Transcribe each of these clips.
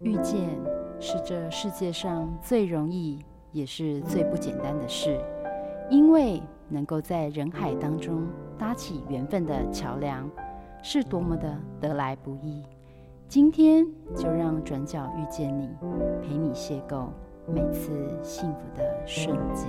遇见是这世界上最容易也是最不简单的事，因为能够在人海当中搭起缘分的桥梁，是多么的得来不易。今天就让转角遇见你，陪你邂逅每次幸福的瞬间。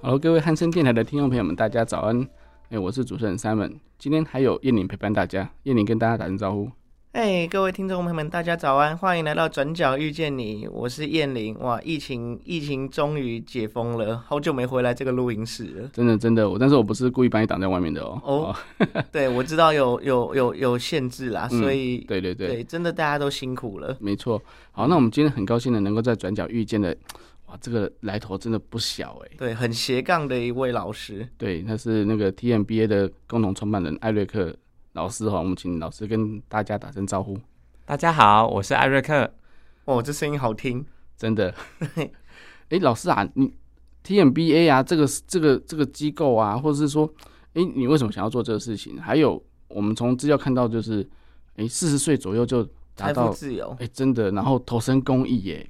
Hello，各位汉声电台的听众朋友们，大家早安！哎、我是主持人 Simon，今天还有燕玲陪伴大家。燕玲跟大家打声招呼。哎，各位听众朋友们，大家早安，欢迎来到《转角遇见你》，我是燕玲。哇，疫情疫情终于解封了，好久没回来这个录音室了。真的，真的，我但是我不是故意把你挡在外面的哦。哦对，我知道有有有有限制啦，嗯所以、对对对，真的大家都辛苦了。没错。好，那我们今天很高兴的能够在转角遇见的，哇，这个来头真的不小哎。对，很斜杠的一位老师。对，他是那个 TMBA 的共同创办人艾瑞克老师哦哈，我们请老师跟大家打声招呼。大家好，我是艾瑞克。哦，这声音好听。真的。 哎、老师啊，你 TMBA 啊，这个这个这个机构啊，或者是说，哎、你为什么想要做这个事情？还有，我们从资料看到，就是，哎、4四十岁左右就达财富到，自由哎、，真的，然后投身公益耶，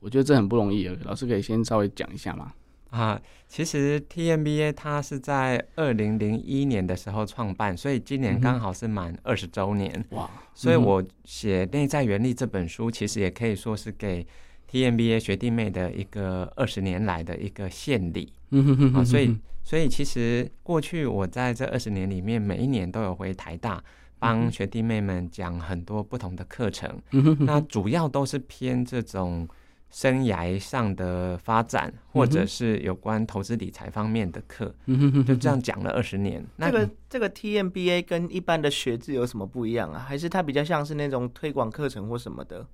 我觉得这很不容易耶。老师可以先稍微讲一下吗？啊，其实 TMBA 它是在二零零一年的时候创办，所以今嗯年哼刚好是满二十周年。哇，所以嗯哼我写《内在原力》这本书，其实也可以说是给 TMBA 学弟妹的一个二十年来的一个献礼嗯哼哼啊。所以，所以其实过去我在这二十年里面，每一年都有回台嗯大帮学弟妹们讲很多不同的课程。嗯哼哼那主要都是偏这种生涯上的发展，或者是有关投资理财方面的课，嗯哼哼就这样讲了二十年。那这个这个 TMBA 跟一般的学制有什么不一样啊？还是它比较像是那种推广课程或什么的？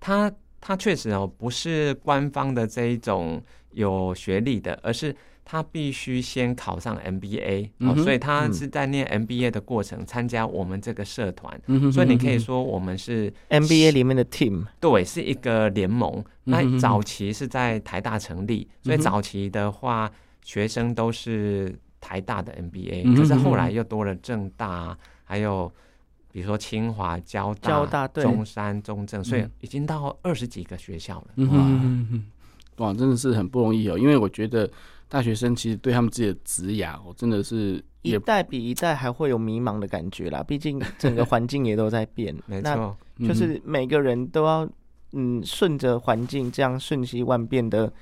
它它确实哦，不是官方的这一种有学历的，而是他必须先考上 MBA，、嗯哦，哼所以他嗯是在念 MBA 的过程参加我们这个社团。嗯哼所以你可以哼说，我们是 MBA 里面的 team 对，是一个联盟。嗯哼那哼早期是在台大成立，所以嗯哼早期的话，学生都是台大的 MBA，、嗯哼可是哼后哼来又多了政大，还有比如说清华、交大、交大对中山、中正，所以嗯已经到二十几个学校了。嗯哇。哼哼哼哼哇，真的是很不容易哦，因为我觉得大学生其实对他们自己的职涯，我真的是一也代比一代还会有迷茫的感 觉啦，毕竟整个环境也都在变没那错，就嗯是每个人都要嗯顺着环境这样瞬息万变的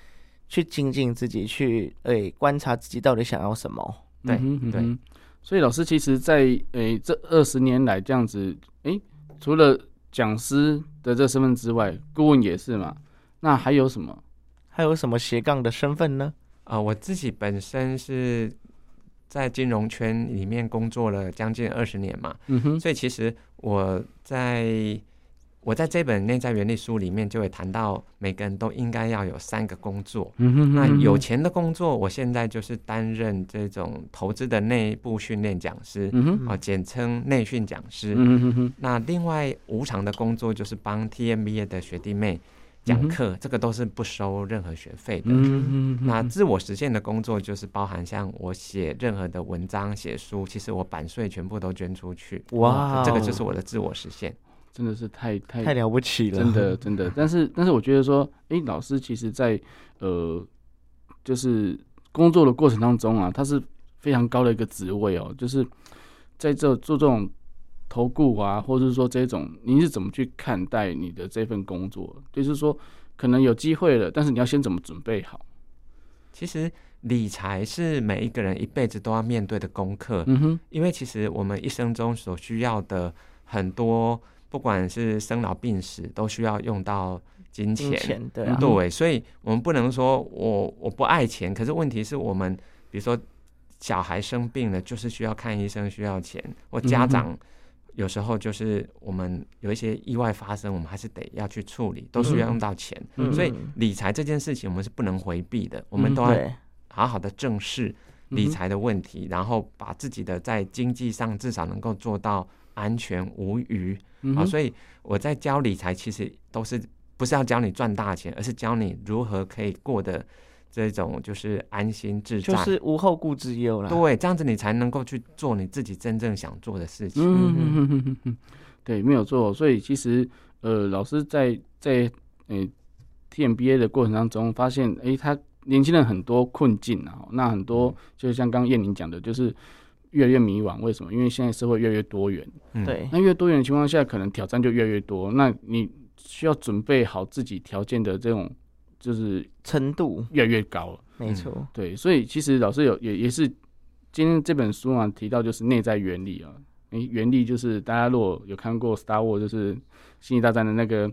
去精进自己，去诶、观察自己到底想要什么。对嗯哼对嗯哼所以老师其实在，诶这二十年来这样子，诶、除了讲师的这身份之外，顾问也是嘛。那还有什么？还有什么斜杠的身份呢？呃，我自己本身是在金融圈里面工作了将近二十年嘛，嗯哼，所以其实我在我在这本《内在原理》书里面就会谈到，每个人都应该要有三个工作。嗯哼那有，钱的工作，我现在就是担任这种投资的内部训练讲师，嗯哼，啊、简称内训讲师。嗯哼哼哼，那另外无偿的工作就是帮 TMBA 的学弟妹讲课，这个都是不收任何学费的。嗯哼，那自我实现的工作就是包含像我写任何的文章、写书，其实我版税全部都捐出去。哇哦这个就是我的自我实现。真的是太太太了不起啊了，哎真的真的，但是但是我觉得说，诶，老师其实在呃，就是工作的过程当中啊，他是非常高的一个职位哦，就是在这做这种投顾啊，或者是说这种，您是怎么去看待你的这份工作？就是说，可能有机会了，但是你要先怎么准备好？其实理财是每一个人一辈子都要面对的功课，嗯哼，因为其实我们一生中所需要的很多，不管是生老病死，都需要用到金 钱。金钱对啊嗯，对，所以我们不能说我我不爱钱，可是问题是我们，比如说小孩生病了，就是需要看医生，需要钱，或嗯家长。有时候就是我们有一些意外发生，我们还是得要去处理，都需要用到钱，嗯所以嗯理财这件事情我们是不能回避的，我嗯们都要对，好好的正视理财的问题，然后把自己的在经济上至少能够做到安全无虞、嗯啊。哼，所以我在教理财，其实都是不是要教你赚大钱，而是教你如何可以过得这种就是安心自在，就是无后顾之忧啦。对，这样子你才能够去做你自己真正想做的事情。嗯哼哼哼，对，没有错。所以其实呃，老师在在呃 TMBA 的过程当中，发现诶，他年轻人很多困境啊，那很多就是像刚刚燕玲讲的，就是越来越迷惘。为什么？因为现在社会越来越多元，嗯，对，那越多元的情况下，可能挑战就越来越多。那你需要准备好自己条件的这种，就是程度越来越高了。没错，对，所以其实老师有也也是今天这本书啊提到就是内在原理啊，诶，原理就是大家如果有看过《Star War》就是《星际大战》的那个，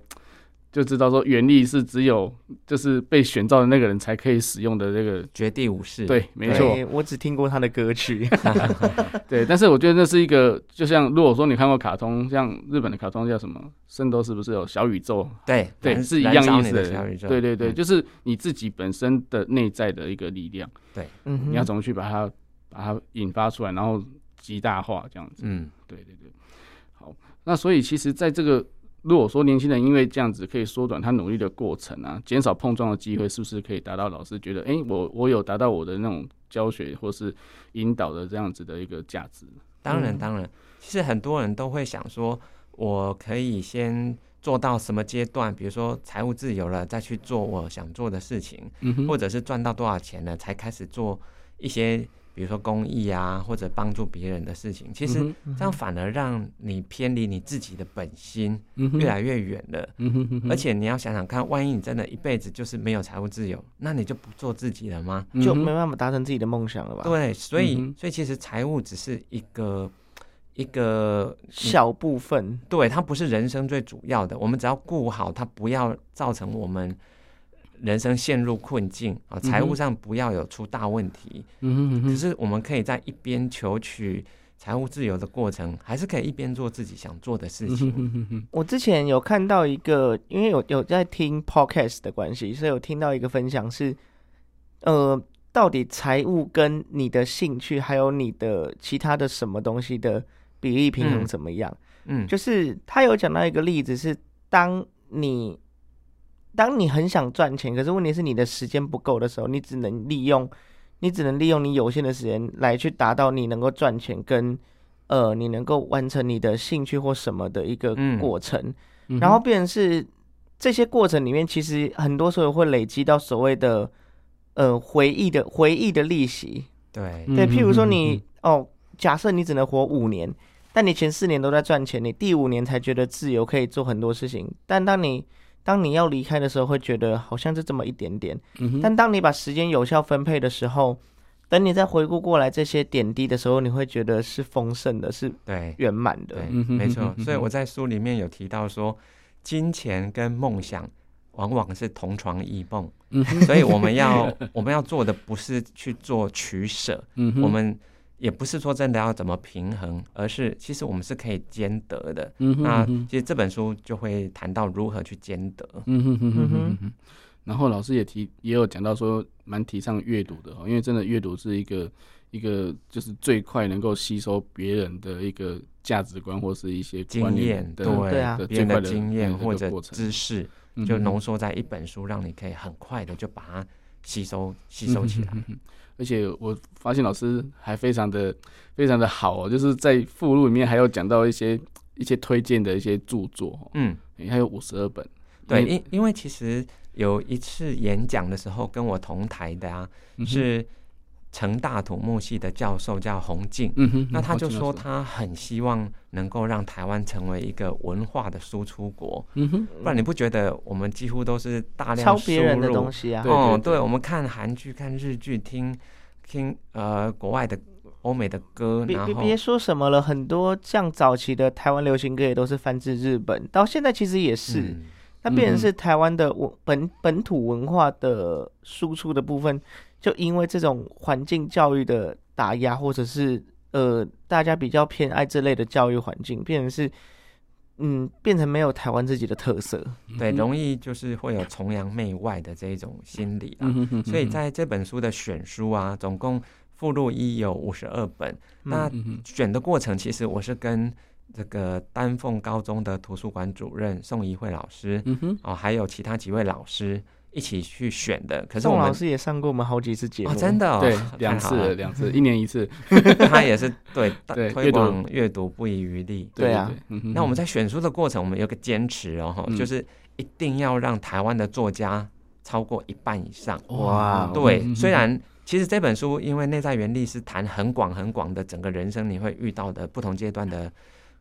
就知道说原力是只有就是被选召的那个人才可以使用的这个。绝地武士，对，没错，对，我只听过他的歌曲，对。但是我觉得那是一个，就像如果说你看过卡通，像日本的卡通叫什么《圣斗》，是不是有小宇宙？对对，燃是一样燃烧意你思的小宇宙，对对对，嗯就是你自己本身的内在的一个力量。嗯 哼，你要怎么去把它把它引发出来，然后极大化这样子。嗯，对对对，好，那所以其实在这个如果说年轻人因为这样子可以缩短他努力的过程啊，减少碰撞的机会，是不是可以达到老师觉得，哎、我我有达到我的那种教学或是引导的这样子的一个价值？当然嗯当然，其实很多人都会想说，我可以先做到什么阶段，比如说财务自由了，再去做我想做的事情，嗯哼或者是赚到多少钱了，才开始做一些，比如说公益啊，或者帮助别人的事情。其嗯实这样反而让你偏离你自己的本心，越来越远了。嗯哼嗯哼而且你要想想看，万一你真的一辈子就是没有财务自由，那你就不做自己了吗？嗯哼就没办法达成自己的梦想了吧？，对，所以、嗯哼所以其实财务只是一个一个，小部分，对，它不是人生最主要的。我们只要顾好它，不要造成我们人生陷入困境啊，财嗯务哼上不要有出大问题。嗯哼嗯可哼是我们可以在一边求取财务自由的过程，还是可以一边做自己想做的事嗯哼情。嗯哼嗯我之前有看到一个，因为有有在听 podcast 的关系，所以有听到一个分享是，呃，到底财务跟你的兴趣还有你的其他的什么东西的比例平衡嗯怎么样？嗯，就是他有讲到一个例子是，当你当你很想赚钱，可是问题是你的时间不够的时候，你只能利用你只能利用你有限的时间来去达到你能够赚钱跟呃你能够完成你的兴趣或什么的一个嗯过程，哼，然后变成是这些过程里面，其实很多时候会累积到所谓的呃回忆的回忆的利息，对，嗯对，譬如说嗯嗯你哦，假设你只能活五年，但你前四年都在赚钱，你第五年才觉得自由可以做很多事情。但当你当你要离开的时候，会觉得好像就这么一点点。嗯哼但当你把时间有效分配的时候，等你再回顾过来这些点滴的时候，你会觉得是丰盛的，是对，圆满的对，。嗯哼没嗯错哼嗯。哼所以我在书里面有提到说，金钱跟梦想往往是同床异梦，嗯所以我 们要我们要做的不是去做取舍，嗯哼我们也不是说真的要怎么平衡，而是其实我们是可以兼得的。嗯哼那嗯哼其实这本书就会谈到如何去兼得。嗯哼哼哼嗯哼哼哼。然后老师也提也有讲到说，蛮提倡阅读的哦，因为真的阅读是一个一个就是最快能够吸收别人的一个价值观或是一些观经念验，的对啊的别最人快的的经对验这个或者过程知识，嗯就哼浓缩在一本书，让你可以很快的就把它吸收吸嗯收起来。而且我发现老师还非常的非常的好哦，就是在附录里面还有讲到一些一些推荐的一些著作哦，嗯，诶还有五十二本，对，因为因因为其实有一次演讲的时候，跟我同台的啊嗯哼是成大土木系的教授叫洪静，嗯哼，那他好就请说老师，他很希望能够让台湾成为一个文化的输出国，嗯哼，不然你不觉得我们几乎都是大量抄输别人的入东西啊对，哦，对，我们看韩剧、看日剧、听听呃国外的欧美的歌，别然别后别说什么了，很多像早期的台湾流行歌也都是翻自日本，到现在其实也是。嗯那嗯变哼成是台湾的文本本土文化的输出的部分，就因为这种环境教育的打压，或者是呃大家比较偏爱这类的教育环境，变成是嗯变成没有台湾自己的特色。对，嗯哼容易就是会有崇洋媚外的这一种心理啦。嗯哼哼所以哼在这本书的选书啊，总共附录一有五十二本，那嗯哼选的过程其实我是跟这个丹凤高中的图书馆主任宋怡慧老师，嗯哼哦，还有其他几位老师一起去选的。可是我宋们老师也上过我们好几次节目，哦，真的、哦、对，太两次好嗯了了，两次，一年一次，他也是对 对阅推读广阅读不遗余力。对啊对，嗯哼那我们在选书的过程，我们有个坚持哦，吼嗯就是一定要让台湾的作家超过一半以上。哇哦对，嗯虽然其实这本书因为内在原力是谈很广很广的整个人生，你会遇到的不同阶段的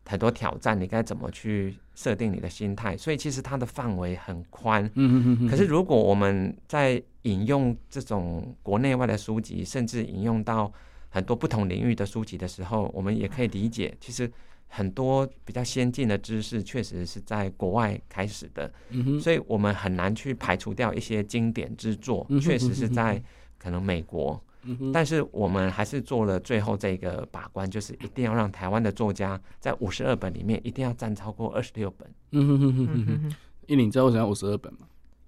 很多挑战，你该怎么去设定你的心态，所以其实它的范围很宽。嗯嗯嗯，可是如果我们在引用这种国内外的书籍，甚至引用到很多不同领域的书籍的时候，我们也可以理解，其实很多比较先进的知识确实是在国外开始的，嗯哼所以我们很难去排除掉一些经典之作嗯哼，确实是嗯在可能美国，嗯哼但是我们还是做了最后这个把关，就是一定要让台湾的作家在五十二本里面一定要占超过二十六本。嗯哼哼哼嗯哼哼哼，哼，一领知道为什么要五十二本吗？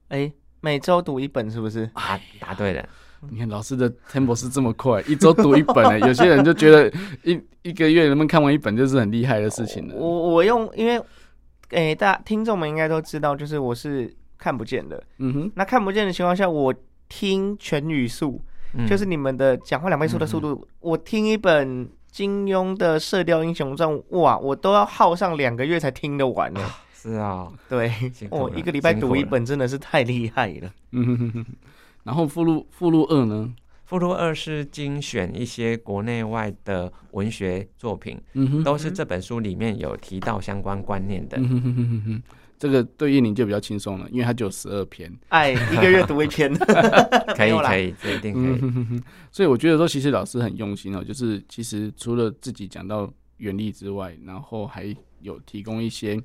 哎，每周读一本是不是？答答对了，嗯你看老师的 tempo 是这么快，一周读一本哎，有些人就觉得一一个月能不能看完一本就是很厉害的事情了。哦我我用，因为诶、大家听众们应该都知道，就是我是看不见的。嗯哼，那看不见的情况下，我听全语速，嗯就是你们的讲话两倍速的速度。我听一本金庸的《射雕英雄传》，哇，我都要耗上两个月才听得完呢。是啊、对，辛苦我、了一个礼拜读一。辛苦了本，真的是太厉害了。嗯哼哼哼，然后附录附录二呢？附录二是精选一些国内外的文学作品，嗯哼，都是这本书里面有提到相关观念的。嗯哼哼哼哼哼，这个对叶宁就比较轻松了，因为他只有十二篇。哎，一个月读一篇，可没以有啦可以，这一定嗯可以。哼哼哼，所以我觉得说，其实老师很用心哦，就是其实除了自己讲到原力之外，然后还有提供一些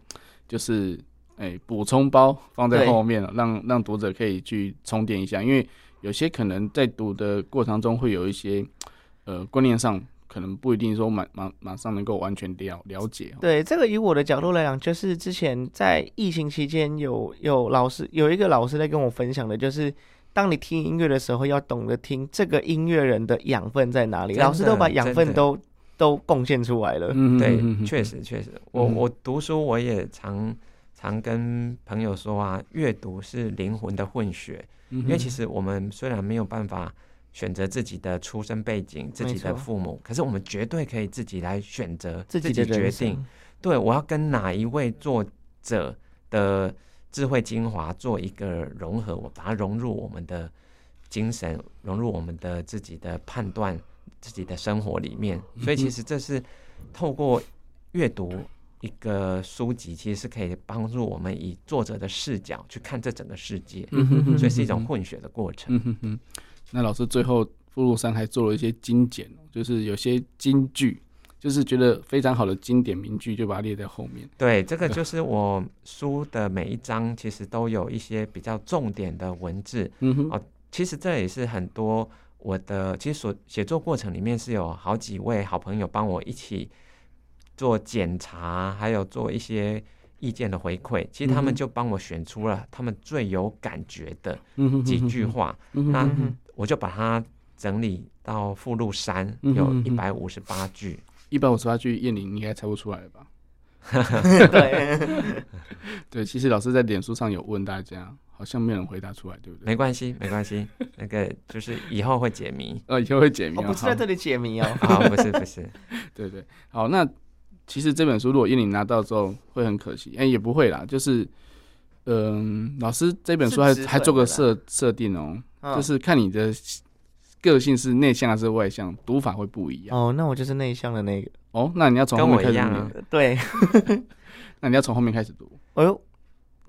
就是哎补、充包放在对后面了、哦让让读者可以去充电一下，因为有些可能在读的过程中会有一些呃观念上可能不一定说马马马上能够完全了了解、哦。对，这个以我的角度来讲，就是之前在疫情期间有有老师有一个老师在跟我分享的，就是当你听音乐的时候，要懂得听这个音乐人的养分在哪里。真的老师都把养真分的都都贡献出来了。嗯对，确实确实，我嗯我读书我也常常跟朋友说啊，阅读是灵魂的混血，嗯因因为其实我们虽然没有办法选择自己的出身背景、自己的没错父母，可是我们绝对可以自己来选择、自己的决人定生。，对我要跟哪一位作者的智慧精华做一个融合，我把它融入我们的精神，融入我们的自己的判断、自己的生活里面。所以其实这是透过阅读一个书籍，其实是可以帮助我们以作者的视角去看这整个世界，嗯哼哼所以是一种混血的过程。嗯哼哼，那老师最后附录三还做了一些精简哦，就是有些金句，就是觉得非常好的经典名句，就把它列在后面。对，这个就是我书的每一章其实都有一些比较重点的文字，嗯哼，哦其实这也是很多我的，其实所写作过程里面是有好几位好朋友帮我一起做检查，还有做一些意见的回馈。其实他嗯们哼就帮我选出了他们最有感觉的嗯哼几句，话，嗯那哼嗯哼我就把它整理到附录三，嗯哼有嗯一哼百五十八句。一百五十八句，燕玲应该猜不出来了吧？ 对，对，其实老师在脸书上有问大家，好像没有人回答出来，对不对？。没关系，没关系，那个就是以后会解谜呃，以后会解谜我哦。不是好在这里解谜 哦。啊、不是不是，对对，好，那其实这本书如果燕玲拿到之后会很可惜，哎、也不会啦，就是，嗯、老师这本书还是止损的还做个啦设设定哦、啊嗯就是看你的个性是内向还是外向，读法会不一样。哦，那我就是内向的那个。哦，那你要从后跟面我开一始念，样啊。对，那你要从后面开始读。哎呦，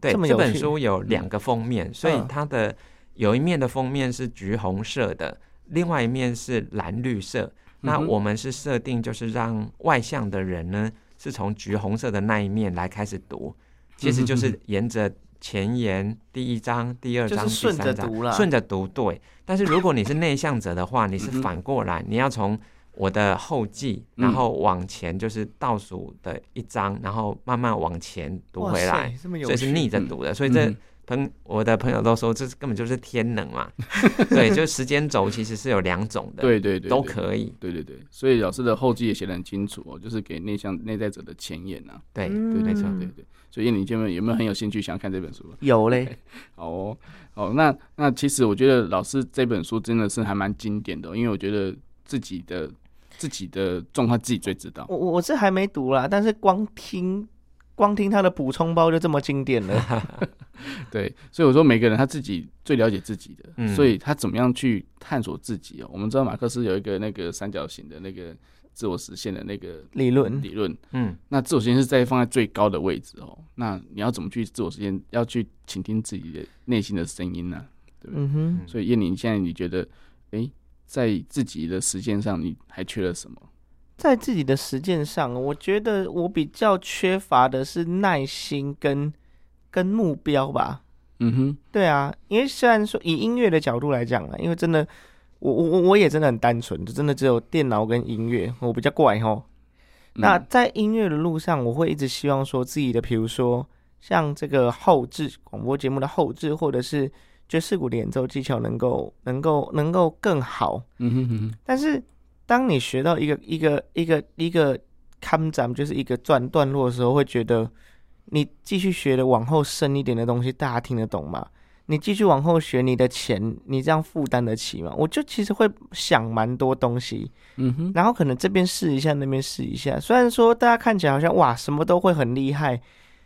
对，这么这有本趣书有两个封面，所以嗯它的有一面的封面是橘红色的，另外一面是蓝绿色。那嗯哼我们是设定就是让外向的人呢，是从橘红色的那一面来开始读，其实就嗯哼是沿着前言第一章、第二就章、是顺第着三章读啦。顺着读对。但是如果你是内向者的话，你是嗯哼反过来，你要从我的后记，嗯然后往前就是倒数的一章，然后慢慢往前读哇回塞来。，这么有所以是趣。逆着嗯读的，所以这嗯朋我的朋友都说这是根本就是天能嘛， 对，就时间轴其实是有两种的，，对对对，都对。可以，对对对，所以老师的后记也写得很清楚哦，就是给内向内在者的前言啊。对，嗯没错，对对，所以燕玲姐妹有没有很有兴趣想要看这本书？有嘞，好哦，好，那那其实我觉得老师这本书真的是还蛮经典的哦、因为我觉得自己的自己的状况自己最知道。我我我是还没读啦，但是光听光听他的补充包就这么经典 了。对，所以我说每个人他自己最了解自己的，嗯所以他怎么样去探索自己哦。我们知道马克思有一个那个三角形的那个自我实现的那个理论理论，嗯，那自我实现是在放在最高的位置哦。那你要怎么去自我实现？要去倾听自己的内心的声音呢、啊嗯哼，所以燕玲，现在你觉得，诶，在自己的实践上你还缺了什么？在自己的实践上，我觉得我比较缺乏的是耐心跟跟目标吧。嗯哼，对啊，因为虽然说以音乐的角度来讲啊，因为真的，我我我我也真的很单纯，就真的只有电脑跟音乐，我比较怪吼。那嗯在音乐的路上，我会一直希望说自己的，比如说像这个后置广播节目的后置，或者是爵士鼓的演奏技巧能够能够能够更好。嗯哼嗯哼，但是当你学到一个一个一个一个 come 就是一个段段落的时候，会觉得你继续学的往后深一点的东西，大家听得懂吗？你继续往后学，你的钱你这样负担得起吗？我就其实会想蛮多东西，嗯哼，然后可能这边试一下，那边试一下。虽然说大家看起来好像哇什么都会很厉害，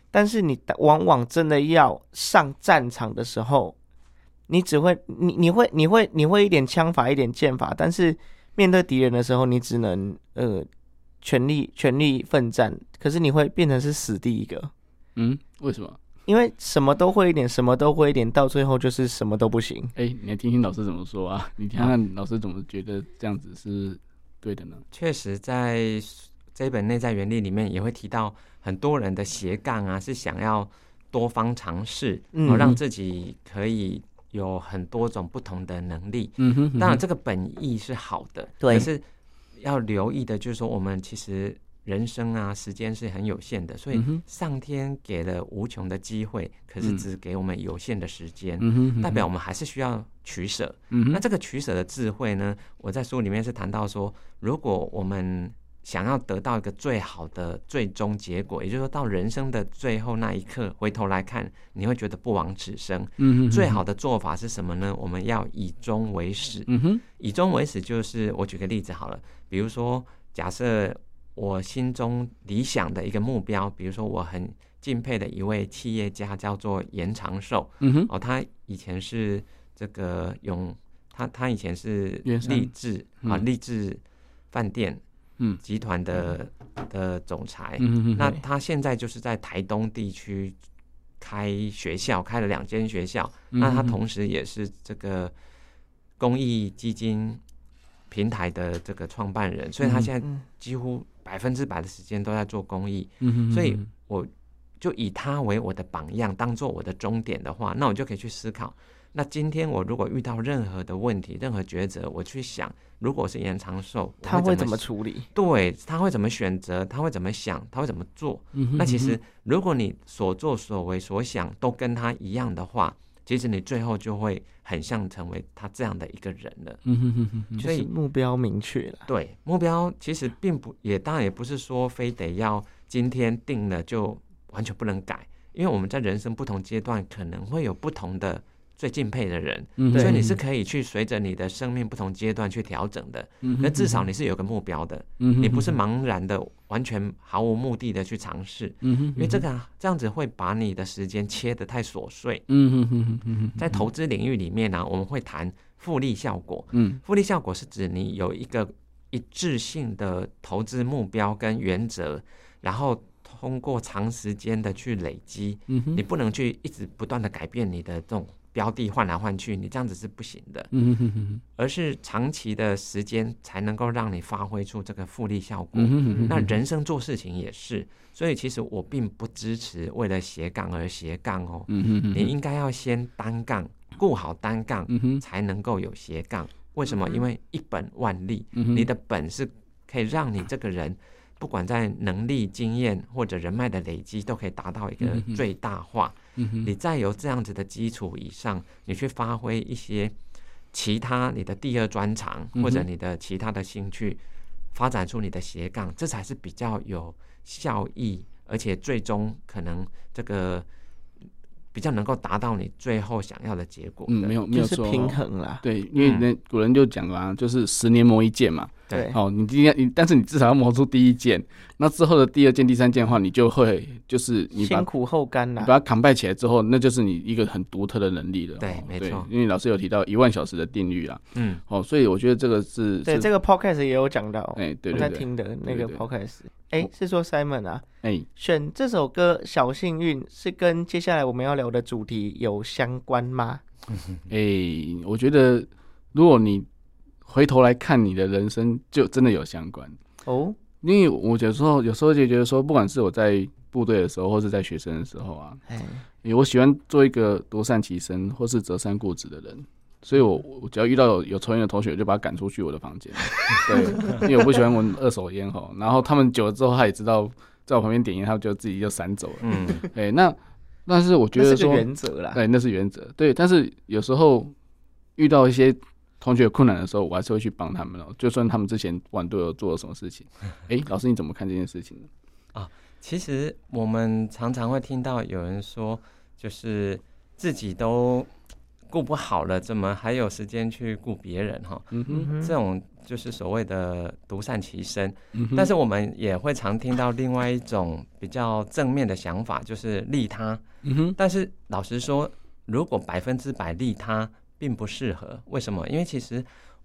但是你往往真的要上战场的时候，你只会你你会你会你会一点枪法一点剑法，但是面对敌人的时候，你只能呃全力全力奋战，可是你会变成是死地一个。嗯，为什么？因为什么都会一点，什么都会一点，到最后就是什么都不哦行。诶，哎你来听听老师怎么说 啊？你听看老师怎么觉得这样子是对的呢？确实在这本《内在原理》里面也会提到，很多人的斜杠啊是想要多方尝试，然后嗯让自己可以有很多种不同的能力。嗯哼当然，这个本意是好的，对可是要留意的就是说，我们其实人生啊，时间是很有限的，所以嗯哼上天给了无穷的机会，可是只给我们有限的时间，嗯哼，代表我们还是需要取舍。嗯哼，那这个取舍的智慧呢，我在书里面是谈到说，如果我们想要得到一个最好的最终结果，也就是说，到人生的最后那一刻，回头来看，你会觉得不枉此生。嗯哼最好，的做法是什么呢？我们要以终为始。嗯哼，以终为始就是我举个例子好了，比如说假设我心中理想的一个目标，比如说我很敬佩的一位企业家叫做严长寿，嗯哼，哦，他以前是这个永，他他以前是元山励志啊嗯励志饭店嗯集团的的总裁，嗯哼，那他现在就是在台东地区开学校，开了两间学校，嗯嗯那他同时也是这个公益基金平台的这个创办人，所以他嗯现在嗯，几乎百分之百的时间都在做公益。嗯，所以我就以他为我的榜样，当做我的终点的话，那我就可以去思考。那今天我如果遇到任何的问题、任何抉择，我去想，如果我是延长寿，我他会怎怎么么处理？对？他会怎么选择？他会怎么想？他会怎么做？那那其嗯实，如果你所作所为所想都跟他一样的话，其实你最后就会很像成为他这样的一个人了。嗯哼哼哼，就所是以目标明确了。对，目标其实并不也当然也不是说非得要今天定了就完全不能改，因为我们在人生不同阶段可能会有不同的最敬佩的人，嗯所以你是可以去随着你的生命不同阶段去调整的。嗯那至少你是有个目标的，你你不是，茫然的、完全毫无目的的去尝试，嗯哼，因为这，个啊这样子会把你的时间切得太琐碎。嗯哼哼哼哼，在投资领域里面呢、我们会谈复利效果，嗯复利效果是指你有一个一致性的投资目标跟原则，然后通过长时间的去累积，嗯哼你，不能去一直不断的改变你的这种标的换来换去，你这样子是不行的，嗯哼哼哼，而是长期的时间才能够让你发挥出这个复利效果。嗯哼，那人生做事情也是，所以其实我并不支持为了斜杠而斜杠哦，嗯哼哼，你应该要先单杠，顾好单杠，嗯哼，才能够有斜杠。为什么？因为一本万利，嗯哼，你的本是可以让你这个人不管在能力、经验或者人脉的累积，都可以达到一个嗯哼最大化。嗯哼，你再由这样子的基础以上，你去发挥一些其他你的第二专长嗯哼或者你的其他的兴趣，发展出你的斜杠，这才是比较有效益，而且最终可能这个比较能够达到你最后想要的结果的。嗯，没有没就有是错哦，平衡啦。对，因嗯为人古人就讲啊，就是十年磨一剑嘛。对对，哦，你今天你，但是你至少要磨出第一件，那之后的第二件、第三件的话，你就会就是你把先苦后甘你啦把。它扛拜起来之后，那就是你一个很独特的能力了。对哦没错因为老师有提到一万小时的定律啊， 嗯，哦，所以我觉得这个是对，是这个 podcast 也有讲到，哎、对我对在对，听的那对个对 podcast。哎我，是说 Simon 啊，哎、选这首歌《小幸运》是跟接下来我们要聊的主题有相关吗？哎、我觉得如果你回头来看你的人生，就真的有相关。哦，因为我有时候有时候就觉得说，不管是我在部队的时候，或是在学生的时候啊，哎，诶我喜欢做一个独善其身或是择善固执的人，所以我我只要遇到有有抽烟的同学，我就把他赶出去我的房间。对，因为我不喜欢闻二手烟吼。然后他们久了之后，他也知道在我旁边点烟，他们就自己就闪走了。嗯，对，那但是我觉这得是个说，哎原则啊啦。对，那是原则。对，但是有时候遇到一些同学有困难的时候，我还是会去帮他们哦。就算他们之前不管对我做了什么事情，哎、老师你怎么看这件事情呢？ 其实我们常常会听到有人说，就是自己都顾不好了，怎么还有时间去顾别人哈？嗯嗯哼，哼这种就是所谓的独善其身。嗯哼但是我们也会常听到另外一种比较正面的想法，就是利他。嗯哼，但是老实说，如果百分之百利他，并不适合。为什么？因为其实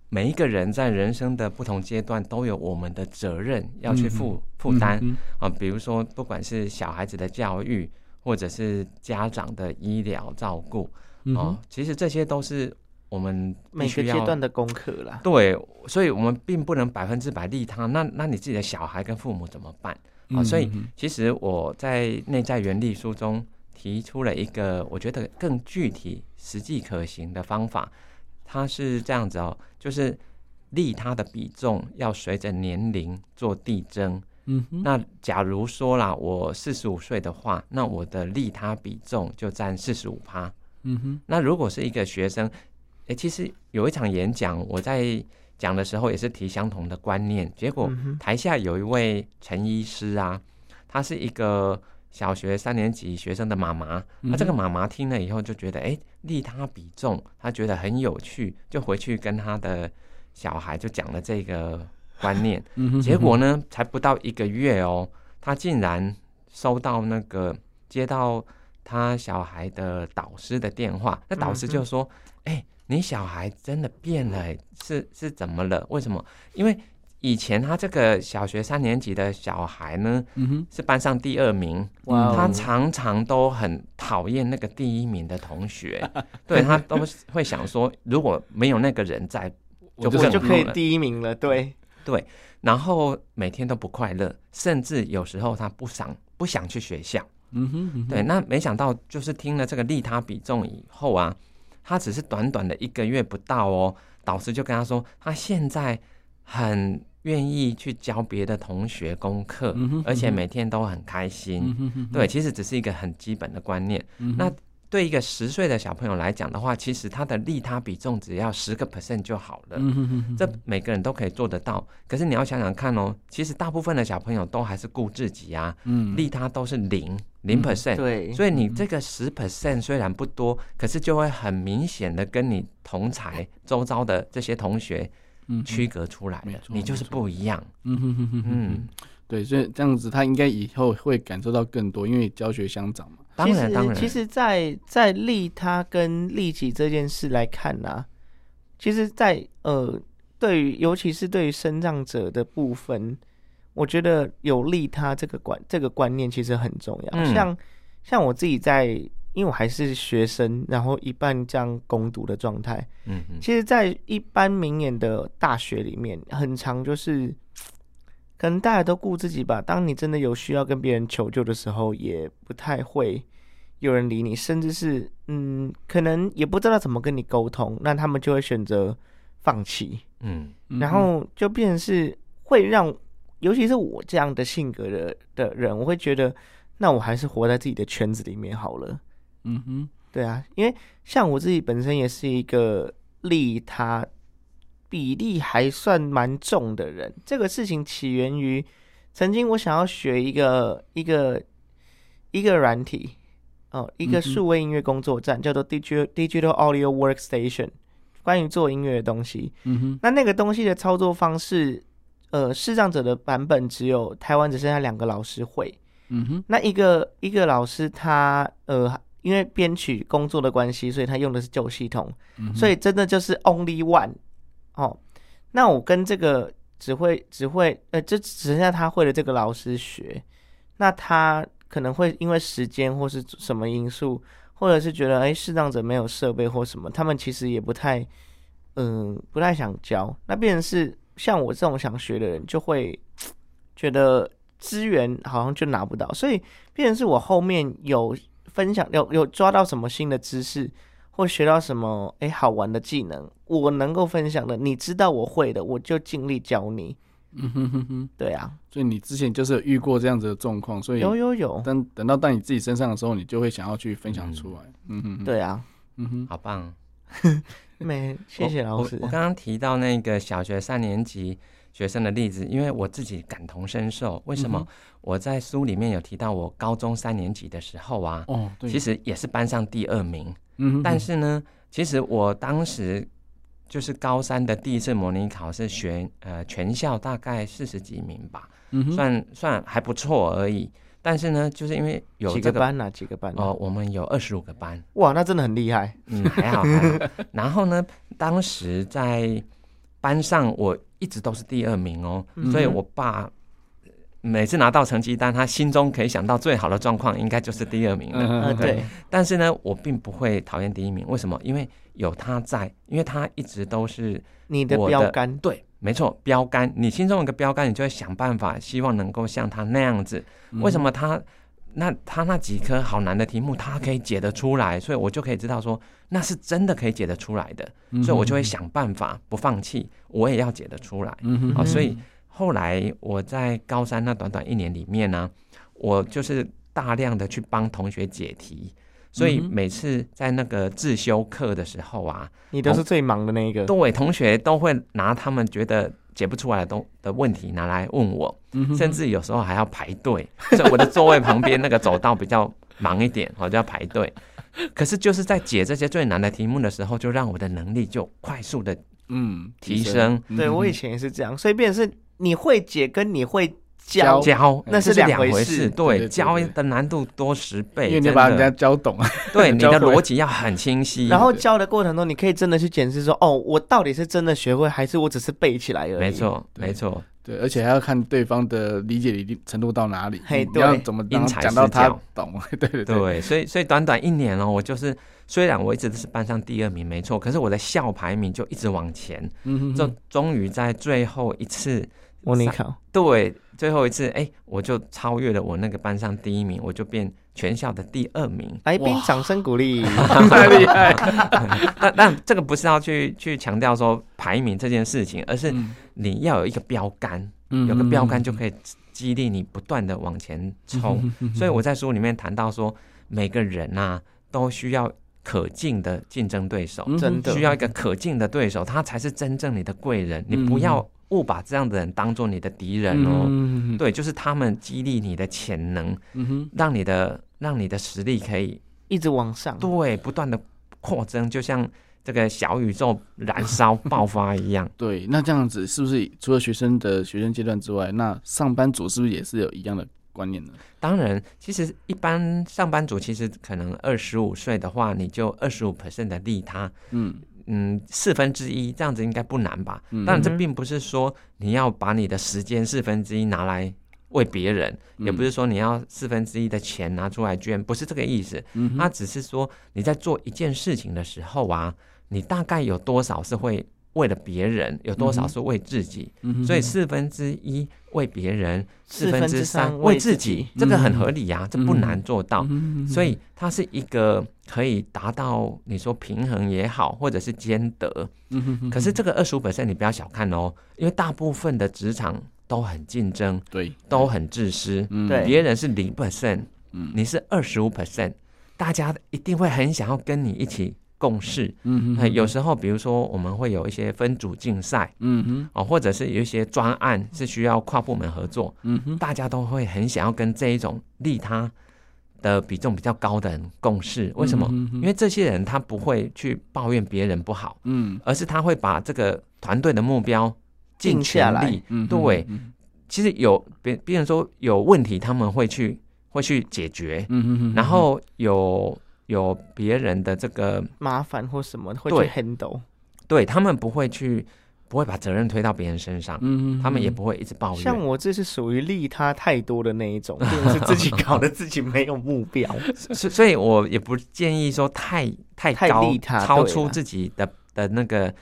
每一个人在人生的不同阶段都有我们的责任要去负负担。嗯啊，比如说不管是小孩子的教育，或者是家长的医疗照顾哼，嗯啊、哼，其实这些都是我们必每须个要阶段的功课啦。对，所以我们并不能百分之百利他。那那你自己的小孩跟父母怎么办？好所以嗯哼其实我在《内在原力》书中提出了一个我觉得更具体、实际可行的方法，它是这样子哦，就是利他的比重要随着年龄做递增。嗯哼，那假如说啦，我四十五岁的话，那我的利他比重就占四十五趴。嗯哼，那如果是一个学生，诶、其实有一场演讲，我在讲的时候也是提相同的观念，结果嗯哼，台下有一位陈医师啊，她是一个小学三年级学生的妈妈，嗯那、啊这个妈妈听了以后就觉得，诶，利他比重，她觉得很有趣，就回去跟她的小孩就讲了这个观念。嗯哼，结果呢，才不到一个月哦，他竟然收到那个接到他小孩的导师的电话，那导师就说：“嗯哎、你小孩真的变了、哎是是怎么了？为什么？因为以前他这个小学三年级的小孩呢，嗯哼，是班上第二名，哇哦他常常都很讨厌那个第一名的同学，对他都会想说，如果没有那个人在，嗯我就就我更是就不可以弄了第一名了。对，然后每天都不快乐，甚至有时候他不想不想去学校。嗯哼，嗯哼对，，那没想到就是听了这个利他比重以后啊，他只是短短的一个月不到哦，导师就跟他说，他现在很愿意去教别的同学功课，嗯哼而且嗯哼每天都很开心。嗯哼，嗯哼对，，其实只是一个很基本的观念。嗯哼那对一个十岁的小朋友来讲的话，其实他的利他比重只要十个 percent 就好了。嗯哼嗯哼，这每个人都可以做得到。可是你要想想看哦，其实大部分的小朋友都还是顾自己啊，嗯利他都是零零 percent。对，所以你这个十 percent 虽然不多，可是就会很明显的跟你同才周遭的这些同学嗯区，隔出来没了，错你就是没错不一样。嗯哼嗯哼嗯嗯哼，，对，所以这样子他应该以后会感受到更多，因为教学相长嘛。嗯当然当然，其实在在利他跟利己这件事来看呢、其实在，呃，对于尤其是对于生长者的部分，我觉得有利他这个观这个观念其实很重要。嗯像像我自己在，因为我还是学生，然后一半这样攻读的状态，嗯嗯其实，在一般明眼的大学里面，很常就是，可能大家都顾自己吧。当你真的有需要跟别人求救的时候，也不太会有人理你，甚至是嗯，可能也不知道怎么跟你沟通，那他们就会选择放弃，嗯嗯然后就变成是会让尤其是我这样的性格的的人，我会觉得，那我还是活在自己的圈子里面好了。嗯哼，对啊，因为像我自己本身也是一个利他比例还算蛮重的人。这个事情起源于曾经我想要学一个一个一个软体哦，一个嗯哼数位音乐工作站，叫做 Digital Digital Audio Workstation，关于做音乐的东西。嗯哼，那那个东西的操作方式，呃，视障者的版本只有台湾只剩下两个老师会。嗯哼，那一个一个老师他呃，因为编曲工作的关系，所以他用的是旧系统，嗯哼所以真的就是 only one 哦。那我跟这个只会只会呃，就只剩下他会的这个老师学，那他可能会因为时间或是什么因素，或者是觉得哎视障者没有设备或什么，他们其实也不太嗯、不太想教。那变成是像我这种想学的人，就会觉得资源好像就拿不到，所以变成是我后面有分享有有抓到什么新的知识，或学到什么哎、诶好玩的技能，我能够分享的，你知道我会的，我就尽力教你。嗯哼哼哼，对啊，所以你之前就是有遇过这样子的状况，所以有有有，等等到到你自己身上的时候，你就会想要去分享出来。嗯哼，，对啊，嗯哼，好棒！没谢谢我老师我我。刚刚提到那个小学三年级学生的例子，因为我自己感同身受。为什嗯么？我在书里面有提到，我高中三年级的时候啊，哦，对，其，实也是班上第二名，嗯哼，但是呢，其实我当时就是高三的第一次模拟考试，全呃全校大概四十几名吧，嗯哼，算算还不错而已。但是呢，就是因为有几这个个班啊？几个班、啊？哦，我们有二十五个班，哇，那真的很厉害。嗯，还好还好。然后呢，当时在班上我一直都是第二名哦，嗯所以我爸每次拿到成绩单，他心中可以想到最好的状况应该就是第二名了。呃，嗯，对，但是呢，我并不会讨厌第一名，为什么？因为有他在，因为他一直都是你的我的标杆，对，没错，标杆。你心中有个标杆，你就会想办法，希望能够像他那样子。为什么？么他那他那几科好难的题目，他可以解得出来，所以我就可以知道说那是真的可以解得出来的，嗯哼所以我就会，想办法不放弃，我也要解得出来。嗯哼，好、哦所以后来我在高三那短短一年里面呢、我就是大量的去帮同学解题，所以嗯哼每次在那个自修课的时候啊，你都是最忙的那一个。对同学都会拿他们觉得解不出来的东的问题拿来问我，嗯哼，甚至有时候还要排队，所以我的座位旁边那个走道比较忙一点，我就要排队。可是就是在解这些最难的题目的时候，就让我的能力就快速的嗯提升，嗯对哼我以前也是这样，所以变成是你会解跟你会教教，教，哎那是这两两回回对对事对对，教对的难度多十嗯倍，因为你真把的人家教懂，啊对你教的会逻辑要很清晰，然后教的过程中，你可以真的去检视说，哦，我到底是真的学会，还是我只是背起来而已？没，错，对没错， 对，而且还要看对方的理解理程度到哪里，嘿你对要怎么让他因材讲到施他教懂， 对对对，对，所以所以短短一年哦，我就是虽然我一直都是班上第二名，没错，可是我的校排名就一直往前，嗯哼就终于在最后一次，模拟考。。对，最后一次，哎，我就超越了我那个班上第一名，我就变全校的第二名来宾哇掌声鼓 励。太厉害，那那这个不是要去去强调说排名这件事情，而是嗯你要有一个标杆，嗯有个标杆就可以激励你不断的往前冲。，嗯所以我在书里面谈到说，每个人啊都需要可敬的竞争对嗯手，真的需要一个可敬的对手，他才是真正你的贵人。你嗯不要误把这样的人当做你的敌人哦。嗯，对，就是他们激励你的潜能，嗯哼，让你的让你的实力可以一直往上。对不断的扩增，就像这个小宇宙燃烧爆发一样。 对，那这样子是不是除了学生的学生阶段之外，那上班族是不是也是有一样的观念呢？当然，其实一般上班族其实可能二十五岁的话，你就二十五 percent 的利他，嗯嗯，四分之一这样子应该不难吧？嗯当嗯然，这哼并不是说你要把你的时间四分之一拿来为别人，也不是说你要四分之一的钱拿出来捐，不是这个意思。嗯它只是说你在做一件事情的时候啊，你大概有多少是会为了别人，有多嗯少哼是为自己。嗯哼，所以四分之一为别人，四四分分之之三三为为自自己己，这个很嗯合理啊，这不嗯难做到。嗯所以它是一个可以达到你说平衡也好，或者是嗯兼得。可是这个二十五本身你不要小看哦，因为大部分的职场都很竞争，对，都很自私，嗯对别人是零 percent，嗯你是二十五 percent，大家一定会很想要跟你一起共事。嗯呃有时候，比如说我们会有一些分组竞赛嗯哼哦，或者是有一些专案是需要跨部门合作，嗯哼大家都会很想要跟这一种利他的比重比较高的人共事。为什么？嗯哼因为这些人他不会去抱怨别人不好，嗯而是他会把这个团队的目标尽定下全来力。嗯哼对嗯其实有别别人说有问题，他们会去会去解决，哼嗯哼然后有有别人的这个麻烦或什么会对去 handle，对他们不会去不会把责任推到别人身上，嗯哼他们也不会一直抱像怨。我这是属于利他太多的那一 种，就是自己搞得自己没有目标。所所以，我也不建议说太太太高利他超对啊出啦自己的的那个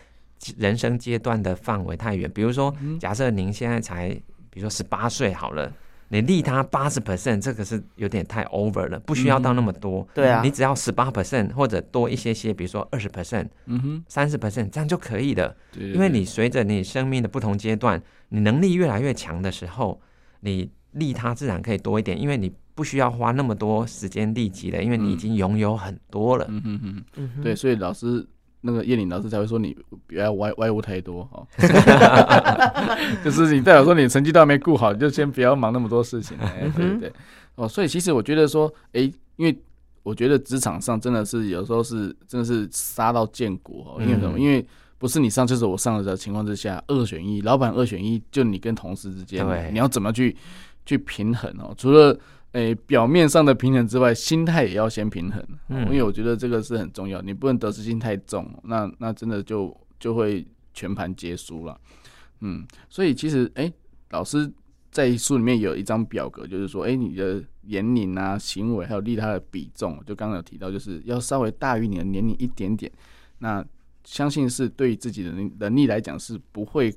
人生阶段的范围太远。比如说，嗯假设您现在才比如说十八岁好了，你利嗯他八十 percent，这个是有点太 over 了，不需要到那么多。对啊你，只要十八 percent 或者多一些些，比如说二十 percent、嗯哼三十 percent，这样就可以了。对对因为对你随着你生命的不同阶段，你能力越来越强的时候，你利他自然可以多一点，因为你不需要花那么多时间利己了，因为你已经拥有很多了。嗯哼嗯嗯哼哼对，所以老师那个叶林老师才会说你不要歪歪误太多哈， 就是你代表说你成绩都还没顾好，你就先不要忙那么多事情，哎嗯，对哼对对哦，所以其实我觉得说，哎、因为我觉得职场上真的是有时候是真的是杀到见骨哦，因为什么？嗯因为不是你上厕所我上了的情况之下，二选一，老板二选一，就你跟同事之间对，你要怎么去去平衡哦？除了诶、表面上的平衡之外，心态也要先平衡、嗯因为我觉得这个是很重要，你不能得失心太重，那那真的就就会全盘皆输了。嗯，所以其实诶、老师在书里面有一张表格，就是说，诶，你的年龄啊、行为还有利他的比重，就刚刚有提到，就是要稍微大于你的年龄一点点。那相信是对于自己的能能力来讲是不会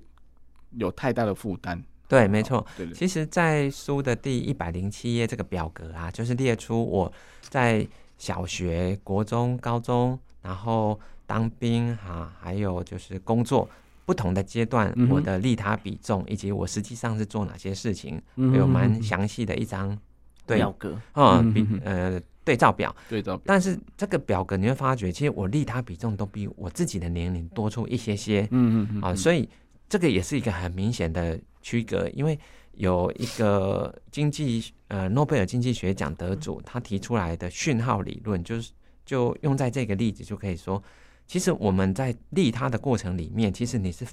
有太大的负担。对，没错。对对，其实，在书的第一百零七页这个表格啊，就是列出我在小学、国中、高中，然后当兵哈、啊，还有就是工作不同的阶段，嗯哼我的利他比重，以及我实际上是做哪些事情，嗯有蛮详细的一张 对表格，啊嗯比哼呃对照表。对照表，但是这个表格你会发觉，其实我利他比重都比我自己的年龄多出一些些。嗯嗯嗯啊，嗯所以这个也是一个很明显的区隔，因为有一个经济呃诺贝尔经济学奖得嗯主，他提出来的讯号理论，就是就用在这个例子就可以说，其实我们在利他的过程里面，其实你是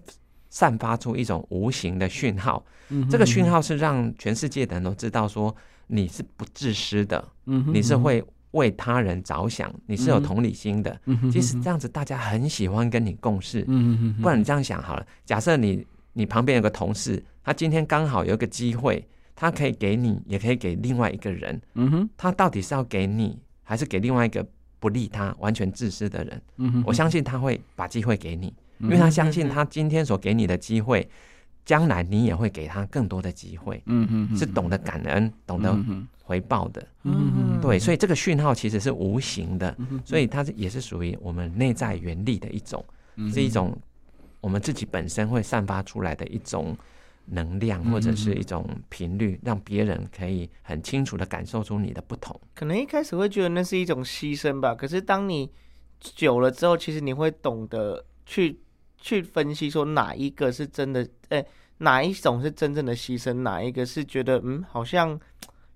散发出一种无形的讯号，嗯这个讯，号是让全世界的人都知道说你是不自私的，嗯哼你是，会为他人着想，你是有同理心的。嗯哼其实这，样子大家很喜欢跟你共事，嗯哼嗯哼不然你这样想好了，假设你你旁边有个同事，他今天刚好有一个机会，他可以给你，也可以给另外一个人，嗯哼，他到底是要给你，还是给另外一个不利他、完全自私的人？嗯哼我相信他会把机会给你，因为他相嗯信他今天所给你的机会，将来你也会给他更多的机会，嗯哼是懂得感恩、懂得嗯哼回报的。嗯哼对，所以这个讯号其实是无形的，嗯哼所以它是也是属于我们内在原力的一种。嗯哼是一种我们自己本身会散发出来的一种能量，嗯或者是一种频率，让别人可以很清楚的感受出你的不同。可能一开始会觉得那是一种牺牲吧，可是当你久了之后，其实你会懂得去去分析说哪一个是真的，哎、哪一种是真正的牺牲，哪一个是觉得嗯，好像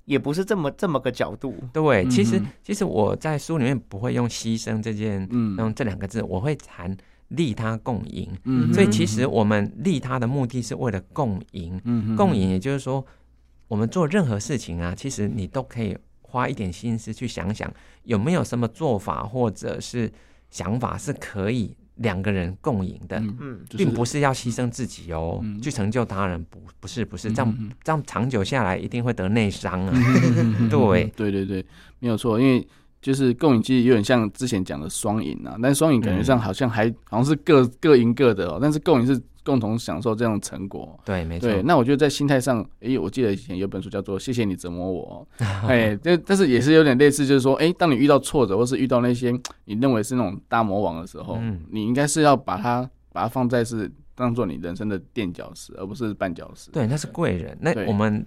也不是这么这么个角度。对，其实嗯哼其实我在书里面不会用牺牲这件嗯用这两个字，我会谈利他共赢。嗯哼所以其实我们利他的目的是为了共赢，嗯哼共赢也就是说，我们做任何事情啊，其实你都可以花一点心思去想想，有没有什么做法或者是想法是可以两个人共赢的，嗯嗯，就是并不是要牺牲自己哦，嗯去成就他人，不不是不是，这样嗯哼这样长久下来一定会得内伤啊。对对对对对，没有错，因为就是共赢其实有点像之前讲的双赢啊，但是双赢感觉上好像还、好像是各各赢各的哦，但是共赢是共同享受这样的成果、对，没错，对，那我觉得在心态上，诶，我记得以前有本书叫做《谢谢你折磨我》哦，哎，但但是也是有点类似，就是说，诶，当你遇到挫折或是遇到那些你认为是那种大魔王的时候，嗯你应该是要把它把它放在是当做你人生的垫脚石，而不是绊脚石。对，那是贵人。那对我们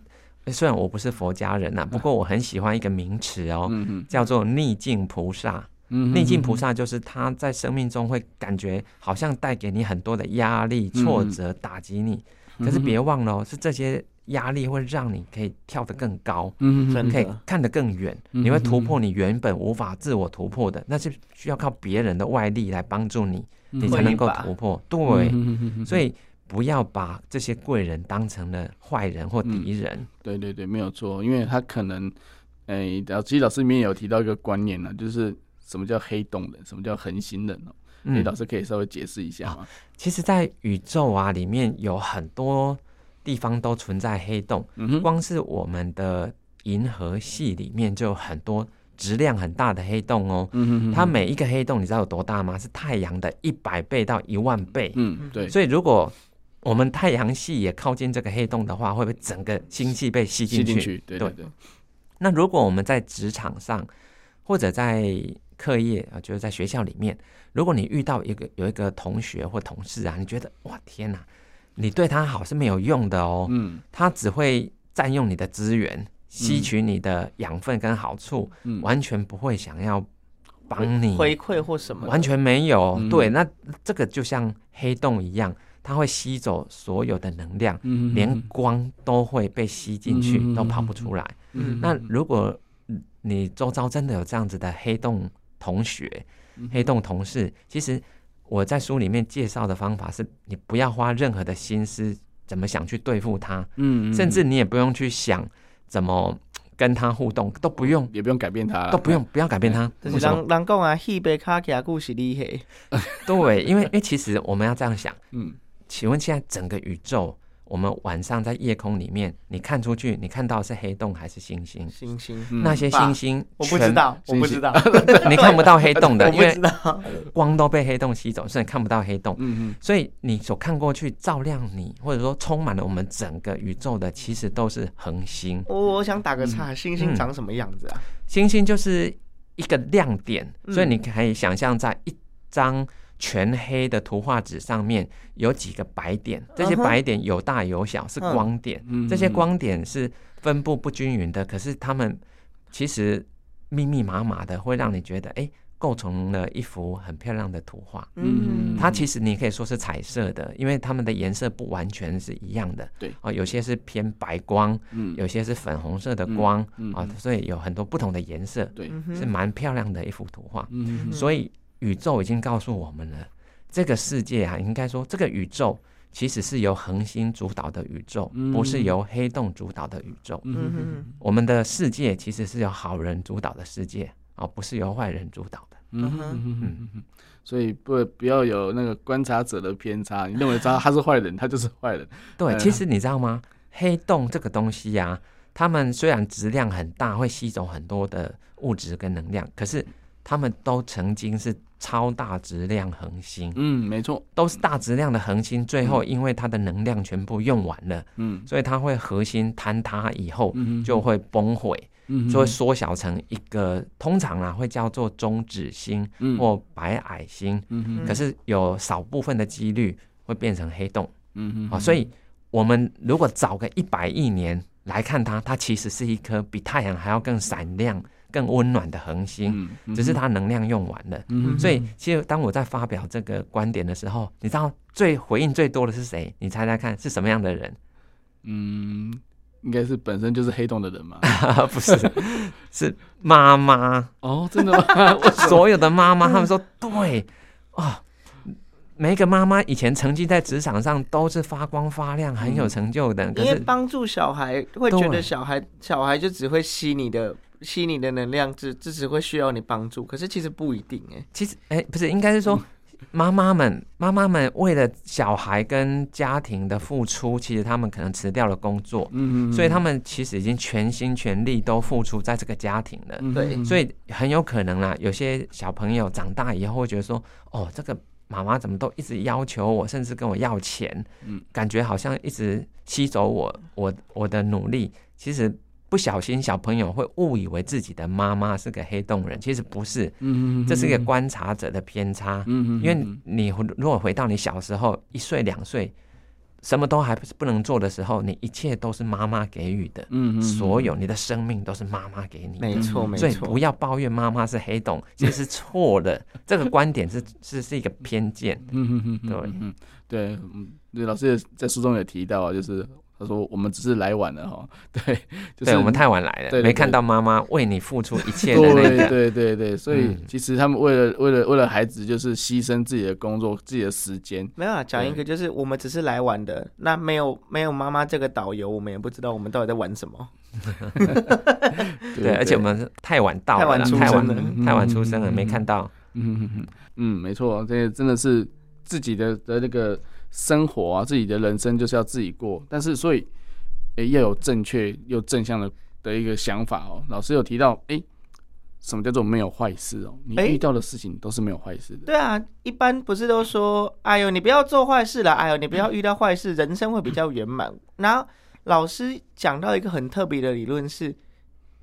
虽然我不是佛家人呐、啊不过我很喜欢一个名词哦，嗯哼，叫做逆境菩萨。嗯哼，逆境菩萨就是他在生命中会感觉好像带给你很多的压力、嗯挫折、打击你，嗯哼，可是别忘了、哦，是这些压力会让你可以跳得更高，嗯哼，嗯真哼，可以的看得更远，嗯你会突破你原本无法自我突破的，那是需要靠别人的外力来帮助你，嗯你才能够突破。对，对所以不要把这些贵人当成了坏人或敌人。对对对，没有错，因为他可能，哎、老其实老师里面有提到一个观念呢、就是什么叫黑洞人，什么叫恒星人哦、哎、嗯，老师可以稍微解释一下吗？其实，在宇宙啊里面有很多地方都存在黑洞。嗯哼，光是我们的银河系里面就有很多质量很大的黑洞哦。嗯哼哼它每一个黑洞你知道有多大吗？是太阳的一百倍到一万倍。嗯对，所以如果我们太阳系也靠近这个黑洞的话，会不会整个星系被吸吸进进去？哦去，对对对，那如果我们在职场上或者在课业啊，呃就是在学校里面，如果你遇到一个有一个同学或同事啊，你觉得哇天哪，你对他好是没有用的哦。嗯它只会占用你的资源，吸取你的养分跟好处，嗯，完全不会想要帮你，回馈或什么的，嗯完全没有。嗯对，那这个就像黑洞一样，它会吸走所有的能量，嗯哼连光都会被吸进去，嗯都跑不出来。嗯那如果你周遭真的有这样子的黑洞同学、嗯黑洞同事，其实我在书里面介绍的方法是，你不要花任何的心思怎么想去对付他，嗯，嗯甚至你也不用去想怎么跟他互动，都不用，也不用改变啊他，都不用，不要改变他。就是为什么？人人讲啊，戏被卡起来故事厉害，对，因为因为其实我们要这 样想，嗯，请问现在整个宇宙，我们晚上在夜空里面，你看出去，你看到的是黑洞还是星星？星星，嗯那些星星，我不知，道，我不知道，你看不到黑 洞的，我因不为知道，光都被黑洞吸走，所以看不到黑洞。嗯嗯所以你所看过去照亮你，或者说充满了我们整个宇宙的，其实都是恒星。我 我想打个岔，星星嗯长什么样子啊？星星就是一个亮点，嗯所以你可以想象在一张全黑的图画纸上面有几个白点，这嗯些哼白点有大有小，是嗯光点。嗯，这些光点是分布不均匀的，可是它们其实密密麻麻的，会让你觉得哎。诶构成了一幅很漂亮的图画，嗯它其实你可以说是彩色的，因为它们的颜色不完全是一样的。对哦，有些是偏白光，嗯有些是粉红色的光啊、嗯嗯所以有很多不同的颜色，对，嗯哼是蛮漂亮的一幅图画。嗯所以宇宙已经告诉我们了，这个世界啊，应该说这个宇宙其实是由恒星主导的宇宙，嗯不是由黑洞主导的宇宙。嗯嗯哼，我们的世界其实是由好人主导的世界啊、不是由坏人主导的。嗯嗯嗯嗯，所以不不要有那个观察者的偏差，你认为他他是坏人，他就是坏人，对，嗯其实你知道吗？黑洞这个东西呀、啊，它们虽然质量很大，会吸走很多的物质跟能量，可是它们都曾经是超大质量恒星，嗯，没错，都是大质量的恒星，最后因为它的能量全部用完了，嗯所以它会核心坍塌以后嗯就会崩毁，嗯就会缩小成一个通常啊会叫做中子星嗯或白矮星，嗯可是有少部分的几率会变成黑洞嗯啊，所以我们如果早个一百亿年来看它，它其实是一颗比太阳还要更闪亮、更温暖的恒星，只是它能量用完了。嗯所以，其实当我在发表这个观点的时候，你知道最回应最多的是谁？你猜猜看是什么样的人？ 嗯应该是本身就是黑洞的人嘛，不是， 是 妈妈。哦，真的吗？所有的妈妈，他们说对啊，每一个妈妈以前曾经在职场上都是发光发亮、很有成就的，可因为是帮助小孩会觉对得小孩小孩就只会吸你的吸你的能量，只只只会需要你帮助，可是其实不一定哎、其实哎、不是，应该是说。妈妈们，妈妈们为了小孩跟家庭的付出，其实他们可能辞掉了工作，嗯所以他们其实已经全心全力都付出在这个家庭了。嗯所以很有可能啦，有些小朋友长大以后会觉得说，哦，这个妈妈怎么都一直要求我，甚至跟我要钱，嗯感觉好像一直吸走我我我的努力。其实不小心小朋友会误以为自己的妈妈是个黑洞人，其实不是，嗯，这是一个观察者的偏差。嗯，嗯，嗯因为你回如果回到你小时候一岁两岁，什么都还不能做的时候，你一切都是妈妈给予的，嗯嗯嗯所有你的生命都是妈妈给你的。没错嗯没所以错不，要抱怨妈妈是黑 洞，其实是错的。这个观点是是是一个偏见。嗯嗯嗯，对嗯嗯对，嗯对，老师也在书中也提到啊，就是他说我们只是来晚了哈，对，就是对我们太晚来了，对对没看到妈妈为你付出一切的那对个。对对对，所以嗯其实他们为了为了为了孩子，就是牺牲自己的工作、自己的时间，没有啊，讲一个就是我们只是来玩的，那没有没有妈妈这个导游，我们也不知道我们到底在玩什么。对对，而且我们是太晚到太了晚啦，出太晚生了太晚出生了，没看到。到。嗯 嗯嗯嗯，没错，这些真的是自己的的那个生活啊，自己的人生就是要自己过，但是所以诶要有正确又正向的的一个想法哦。老师有提到，诶，什么叫做没有坏事哦？你诶遇到的事情都是没有坏事的。对啊，一般不是都说，哎呦，你不要做坏事了，哎呦，你不要遇到坏事，人生会比较圆满。然嗯后老师讲到一个很特别的理论是，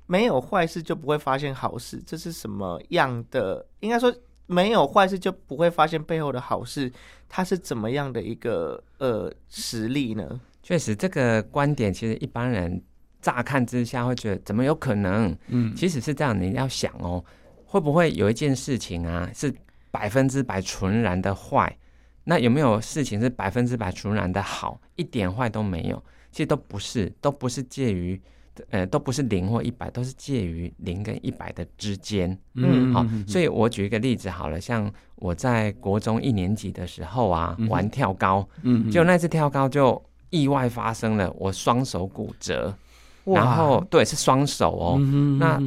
没有坏事就不会发现好事，这是什么样的？应该说，没有坏事就不会发现背后的好事，它是怎么样的一个呃实力呢？确实，这个观点其实一般人乍看之下会觉得怎么有可能？嗯，其实是这样，你要想哦，会不会有一件事情啊是百分之百纯然的坏？那有没有事情是百分之百纯然的好，一点坏都没有？其实都不是，都不是介于，呃，都不是零或一百，都是介于零跟一百的之间。嗯好，所以我举一个例子好了，像我在国中一年级的时候啊，嗯哼玩跳高，嗯，就嗯那次跳高就意外发生了，我双手骨折，哇然后对是双手哦，嗯那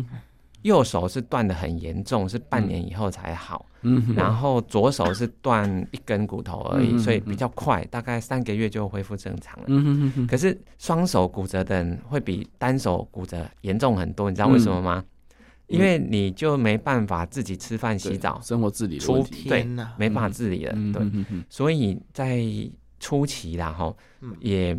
右手是断的很严重，是半年以后才好，嗯然后左手是断一根骨头而已，嗯嗯嗯所以比较快，大概三个月就恢复正常了。嗯嗯可是双手骨折的人会比单手骨折严重很多，你知道为什么吗？嗯因为你就没办法自己吃饭、洗澡，生活自理的问题，对天哪，没办法自理了。嗯对，对，所以在初期啦，哈嗯，也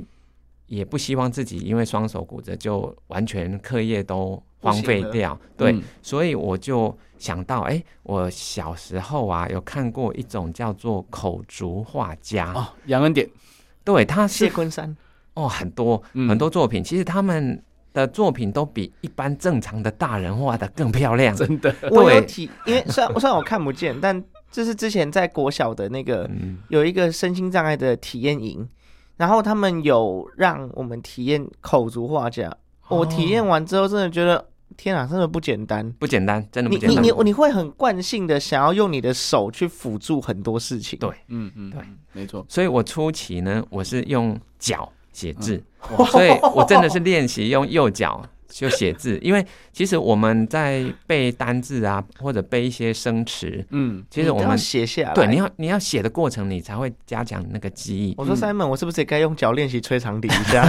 也不希望自己因为双手骨折就完全课业都荒废掉。对，嗯所以我就想到，哎、我小时候啊，有看过一种叫做口竹画家，哦，杨恩典，对，他谢是昆山 哦，很多嗯很多作品，其实他们的作品都比一般正常的大人画的更漂亮。真的，我有对体，因为虽然虽然我看不见，但这是之前在国小的那个嗯，有一个身心障碍的体验营，然后他们有让我们体验口足画家。我体验哦完之后，真的觉得天啊，真的不简单。不简单，真的不你简你单。你你会很惯性的想要用你的手去辅助很多事情。对嗯嗯，对，没错，所以我初期呢，我是用脚写字，嗯哇所以我真的是练习用右脚就写字，因为其实我们在背单字啊，或者背一些生词，嗯，其实你我都要们写下来。对你要你要写的过程，你才会加强那个记忆。我嗯说 Simon，我是不是也该用脚练习吹长笛一 下？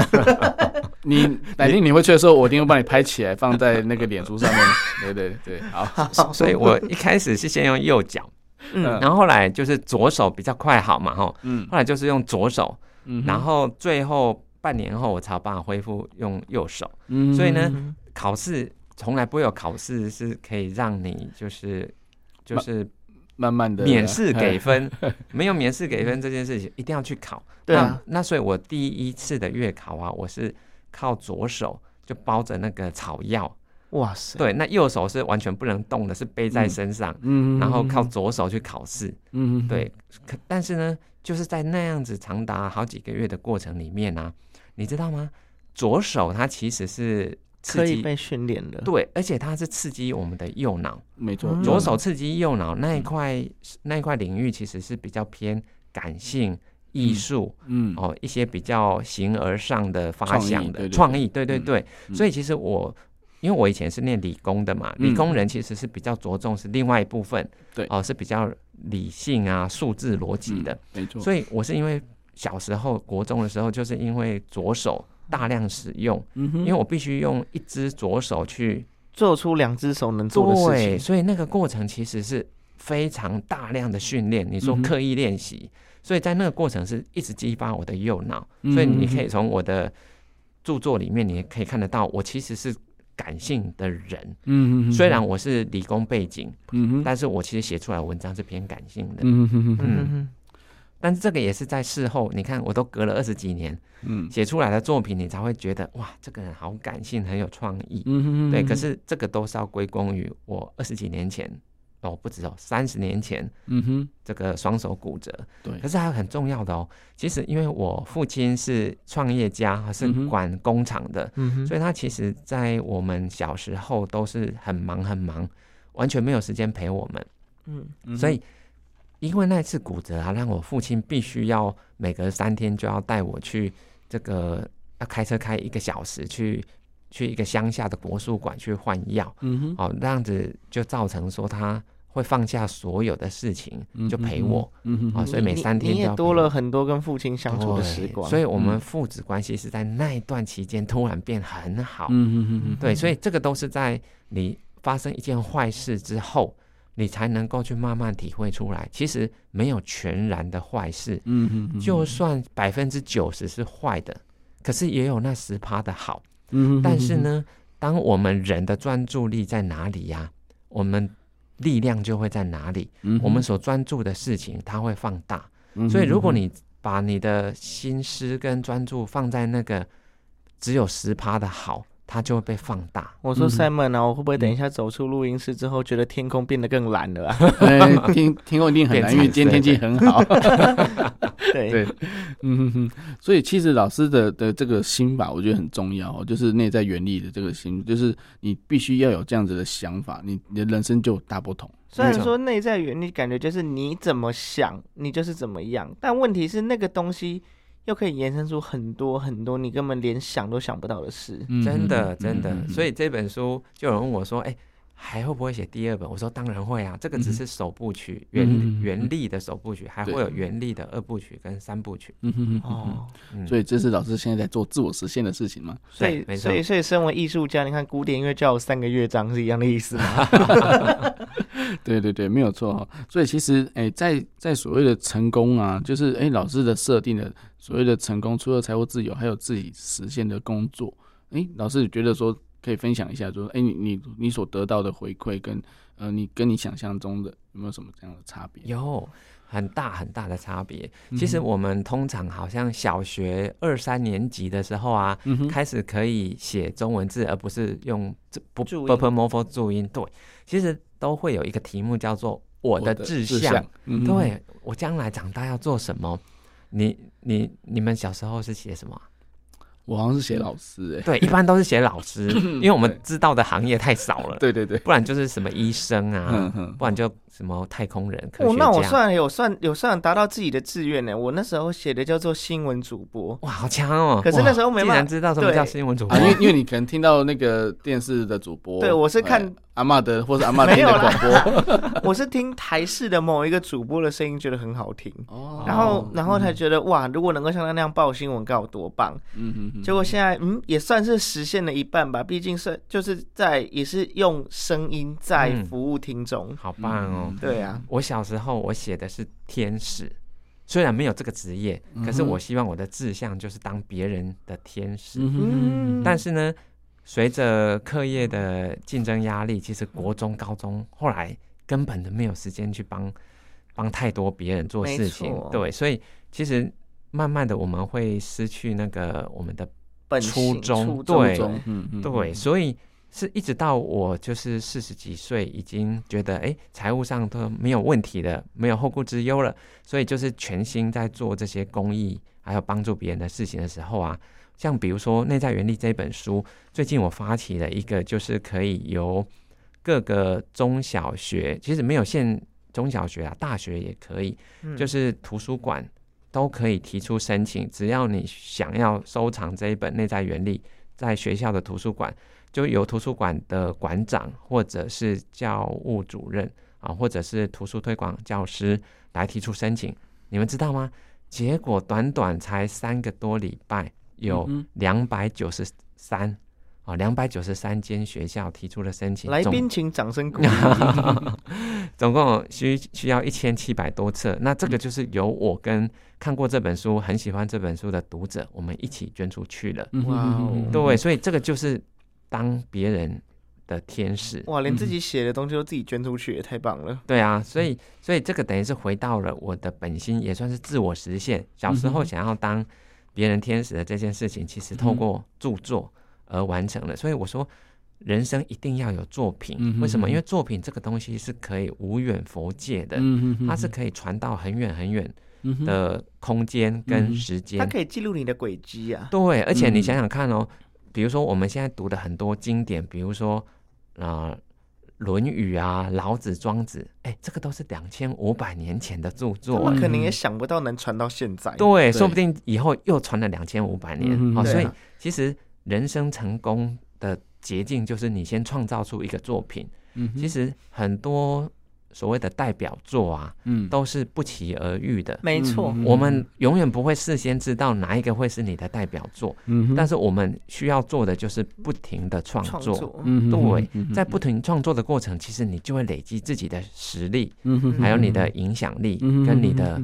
你哪天你会去的时候，我一定会帮你拍起来，放在那个脸书上面。 对对对，好，所以我一开始是先用右脚，嗯，然后后来就是左手比较快好嘛，吼，嗯后来就是用左手，嗯，然后最后半年后我才有办法恢复用右手。嗯所以呢嗯考试从来不会有考试是可以让你就是就是慢慢的免试给分， 没有免试给分这件事情一定要去考。对啊，那那所以我第一次的月考啊，我是靠左手就包着那个草药，哇塞，对，那右手是完全不能动的，是背在身上，嗯然后靠左手去考试。嗯，对，可但是呢，就是在那样子长达好几个月的过程里面啊，你知道吗？左手它其实是刺可以激被训练的。对，而且它是刺激我们的右脑，没错，嗯左手刺激右脑嗯那一块、那一块领域其实是比较偏感性、艺术、嗯哦，一些比较形而上的发创意想对的对创对意，对对嗯对。嗯所以其实我因为我以前是念理工的嘛，理嗯工人其实是比较着重是另外一部分，对哦，是比较理性啊、数字逻辑的。，嗯没错，所以我是因为小时候国中的时候，就是因为左手大量使用，嗯因为我必须用一只左手去做出两只手能做的事对，情。所以那个过程其实是非常大量的训练，你说嗯哼刻意练习，所以在那个过程是一直激发我的右脑，嗯所以你可以从我的著作里面，你也可以看得到，我其实是感性的人。嗯嗯，虽然我是理工背景，嗯哼，但是我其实写出来的文章是偏感性的。嗯哼哼，嗯，嗯但是这个也是在事后，你看我都隔了二十几年嗯写出来的作品，你才会觉得哇，这个人好感性，很有创意。嗯哼，对，可是这个都是要归功于我二十几年前，哦，不止哦，三十年前嗯哼，这个双手骨折。对可，是还有很重要的哦，其实因为我父亲是创业家，是嗯哼管工厂的，嗯哼，所以他其实，在我们小时候都是很忙很忙，完全没有时间陪我们。嗯所以，因为那次骨折啊，让我父亲必须要每隔三天就要带我去这个要开车开一个小时去去一个乡下的国术馆去换药。嗯哼，哦，那样子就造成说他会放下所有的事情，就陪我。嗯哼，哦，所以每你三天你就也要多陪我了很多跟父亲相处的时对光，所以以我们嗯父子关系是在那一段期间突然变很好。嗯哼哼哼，对，所以这个都是在你发生一件坏事之后，你才能够去慢慢体会出来。其实没有全然的坏事，嗯哼，就算百分之九十是坏的，可是也有那十趴的好。嗯，但是，呢，当我们人的专注力在哪里呀、我们力量就会在哪里。嗯我们所专注的事情，它会放大。所以，如嗯果你把你的心思跟专注放在那个只有十趴的好，它就会被放大。我说嗯 Simon 啊，我会不会等一下走出录音室之后，觉得天空变得更蓝了、 啊？对嗯听听过一定很难，因为今天天气很好。对，对，嗯哼哼，所以其实老师的的这个心法，我觉得很重要、哦，就是内在原理的这个心，就是你必须要有这样子的想法，你你的人生就有大不同。虽然嗯说内在原理感觉就是你怎么想，你就是怎么样，但问题是那个东西又可以延伸出很多很多你根本连想都想不到的事。嗯真的，真的。所以，以这本书就有人问我说：“哎、还会不会写第二本？”我说：“当然会啊，这个只是首部曲，嗯原原力的首部曲，还会有对原力的二部曲跟三部曲。嗯哼哼，哦，嗯”所以这是老师现在在做自我实现的事情嘛？所对以没错所以所以身为艺术家，你看古典音乐叫有三个乐章是一样的意思吗？ 对对对，没有错哈、所以其实，哎、在在所谓的成功啊，就是哎、老师的设定的所谓的成功，除了财务自由，还有自己实现的工作。哎、老师觉得说可以分享一下，就是哎、你你你所得到的回馈跟呃，你跟你想象中的有没有什么这样的差别？有很大很大的差别。嗯其实哼我们通常好像小学二三年级的时候啊，嗯哼，开始可以写中文字，而不是用这不注音 purple morpho 注音。对，其实都会有一个题目叫做“我的志向”，嗯哼，对我将来长大要做什么。你你你们小时候是写什么啊？我好像是写老师哎、对，一般都是写老师，因为我们对知道的行业太少嗯了，对对对，不然就是什么医嗯生啊，哼，不然就什么太空人、科哦学，那我家。算有算有算达到自己的志愿呢。我那时候写的叫做新闻主播，哇，好强哦！可是那时候没竟办然法。知道什么叫对新闻主播啊，因，为因为你可能听到那个电视的主播，对我是看哎阿嬷的或者阿嬷听没有的啦广 播，我是听台视的某一个主播的声音，觉得很好听，哦然嗯后然后才觉得哇，如果能够像他那样报新闻，该有多棒！嗯哼哼，结果现在嗯，也算是实现了一半吧，毕竟是就是在也是用声音在嗯服务听众。好棒嗯哦！对啊，我小时候我写的是天使，虽然没有这个职业，可是嗯哼我希望我的志向就是当别人的天使。嗯哼，但是呢，随着课业的竞争压力，其实国中、高中后来根本就没有时间去帮帮太多别人做事情没错，对，所以其实慢慢的我们会失去那个我们的本性初衷初对中，嗯嗯，对，所以是一直到我就是四十几岁，已经觉得哎，财务上都没有问题了，没有后顾之忧了，所以就是全心在做这些公益还有帮助别人的事情的时候啊，像比如说《内在原力》这本书，最近我发起了一个，就是可以由各个中小学，其实没有限中小学啊，大学也可以，嗯就是图书馆都可以提出申请，只要你想要收藏这一本《内在原理》，在学校的图书馆，就由图书馆的馆长或者是教务主任啊，或者是图书推广教师来提出申请。你们知道吗？结果短短才三个多礼拜，有嗯哼两百九十三啊两百九十三间学校提出了申请，来总宾请掌声 鼓嗯励。总共有需需要一千七百多册，那这个就是由我跟看过这本书、很喜欢这本书的读者，我们一起捐出去了。嗯哼哇哦嗯哼对，所以这个就是当别人的天使。哇，连自己写的东西都自己捐出去，也太棒了。对啊，所以所以这个等于是回到了我的本心，也算是自我实现。小时候嗯哼想要当别人天使的这件事情，其实嗯透过著作而完成了。所以我说，人生一定要有作嗯品。哼为什嗯么？哼因为作品这个东西是可以无远佛界的，嗯哼哼它是可以传到很远很远嗯哼的空间嗯跟时它间。可以记录你的轨迹啊。对，而且你嗯想想看哦，比如说我们现在读的很多经典，比如说啊，呃《论语》啊，《老子》《庄子》，哎，这个都是两千五百年前的著他作们哎。可能也想不到能传到现在。对，对说不定以后又传了两千五百年嗯。哼好，对啊所以其实人生成功的捷径就是你先创造出一个作品。嗯哼其实很多所谓的代表作啊，嗯都是不期而遇的。没错，嗯我们永远不会事先知道哪一个会是你的代表作，嗯哼但是我们需要做的就是不停的创创作，作。嗯哼对嗯哼在不停创作的过程，其实你就会累积自己的实力，嗯哼还有你的影响力，嗯哼跟你的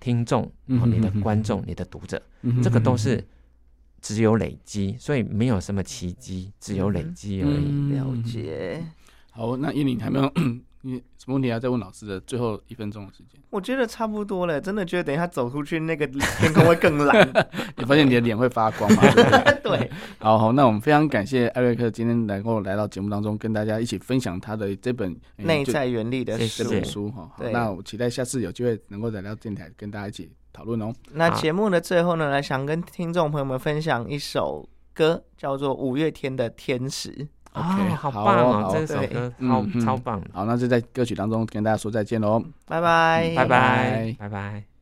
听众、嗯然后哼你的嗯哼观众、你的读者，嗯哼这个都是只有累积，所以没有什么奇迹，只有累积而已。嗯了解。好，那燕玲还没有你什么问题还在问老师的最后一分钟的时间？我觉得差不多了，真的觉得等一下走出去那个天空会更蓝。你发现你的脸会发 光吗？ 对不对对，好好，那我们非常感谢艾瑞克今天能够来到节目当中，跟大家一起分享他的这本呃内就在原力的嗯谢这书谢本。书哈。好对那我期待下次有机会能够来到电台跟大家一起讨论哦。那好节目的最后呢，来想跟听众朋友们分享一首歌，叫做五月天的《天使》。 OK，哦好啊好棒好哦！这首对歌嗯超嗯超棒的，好，那就在歌曲当中跟大家说再见喽。拜拜，嗯拜拜拜拜拜。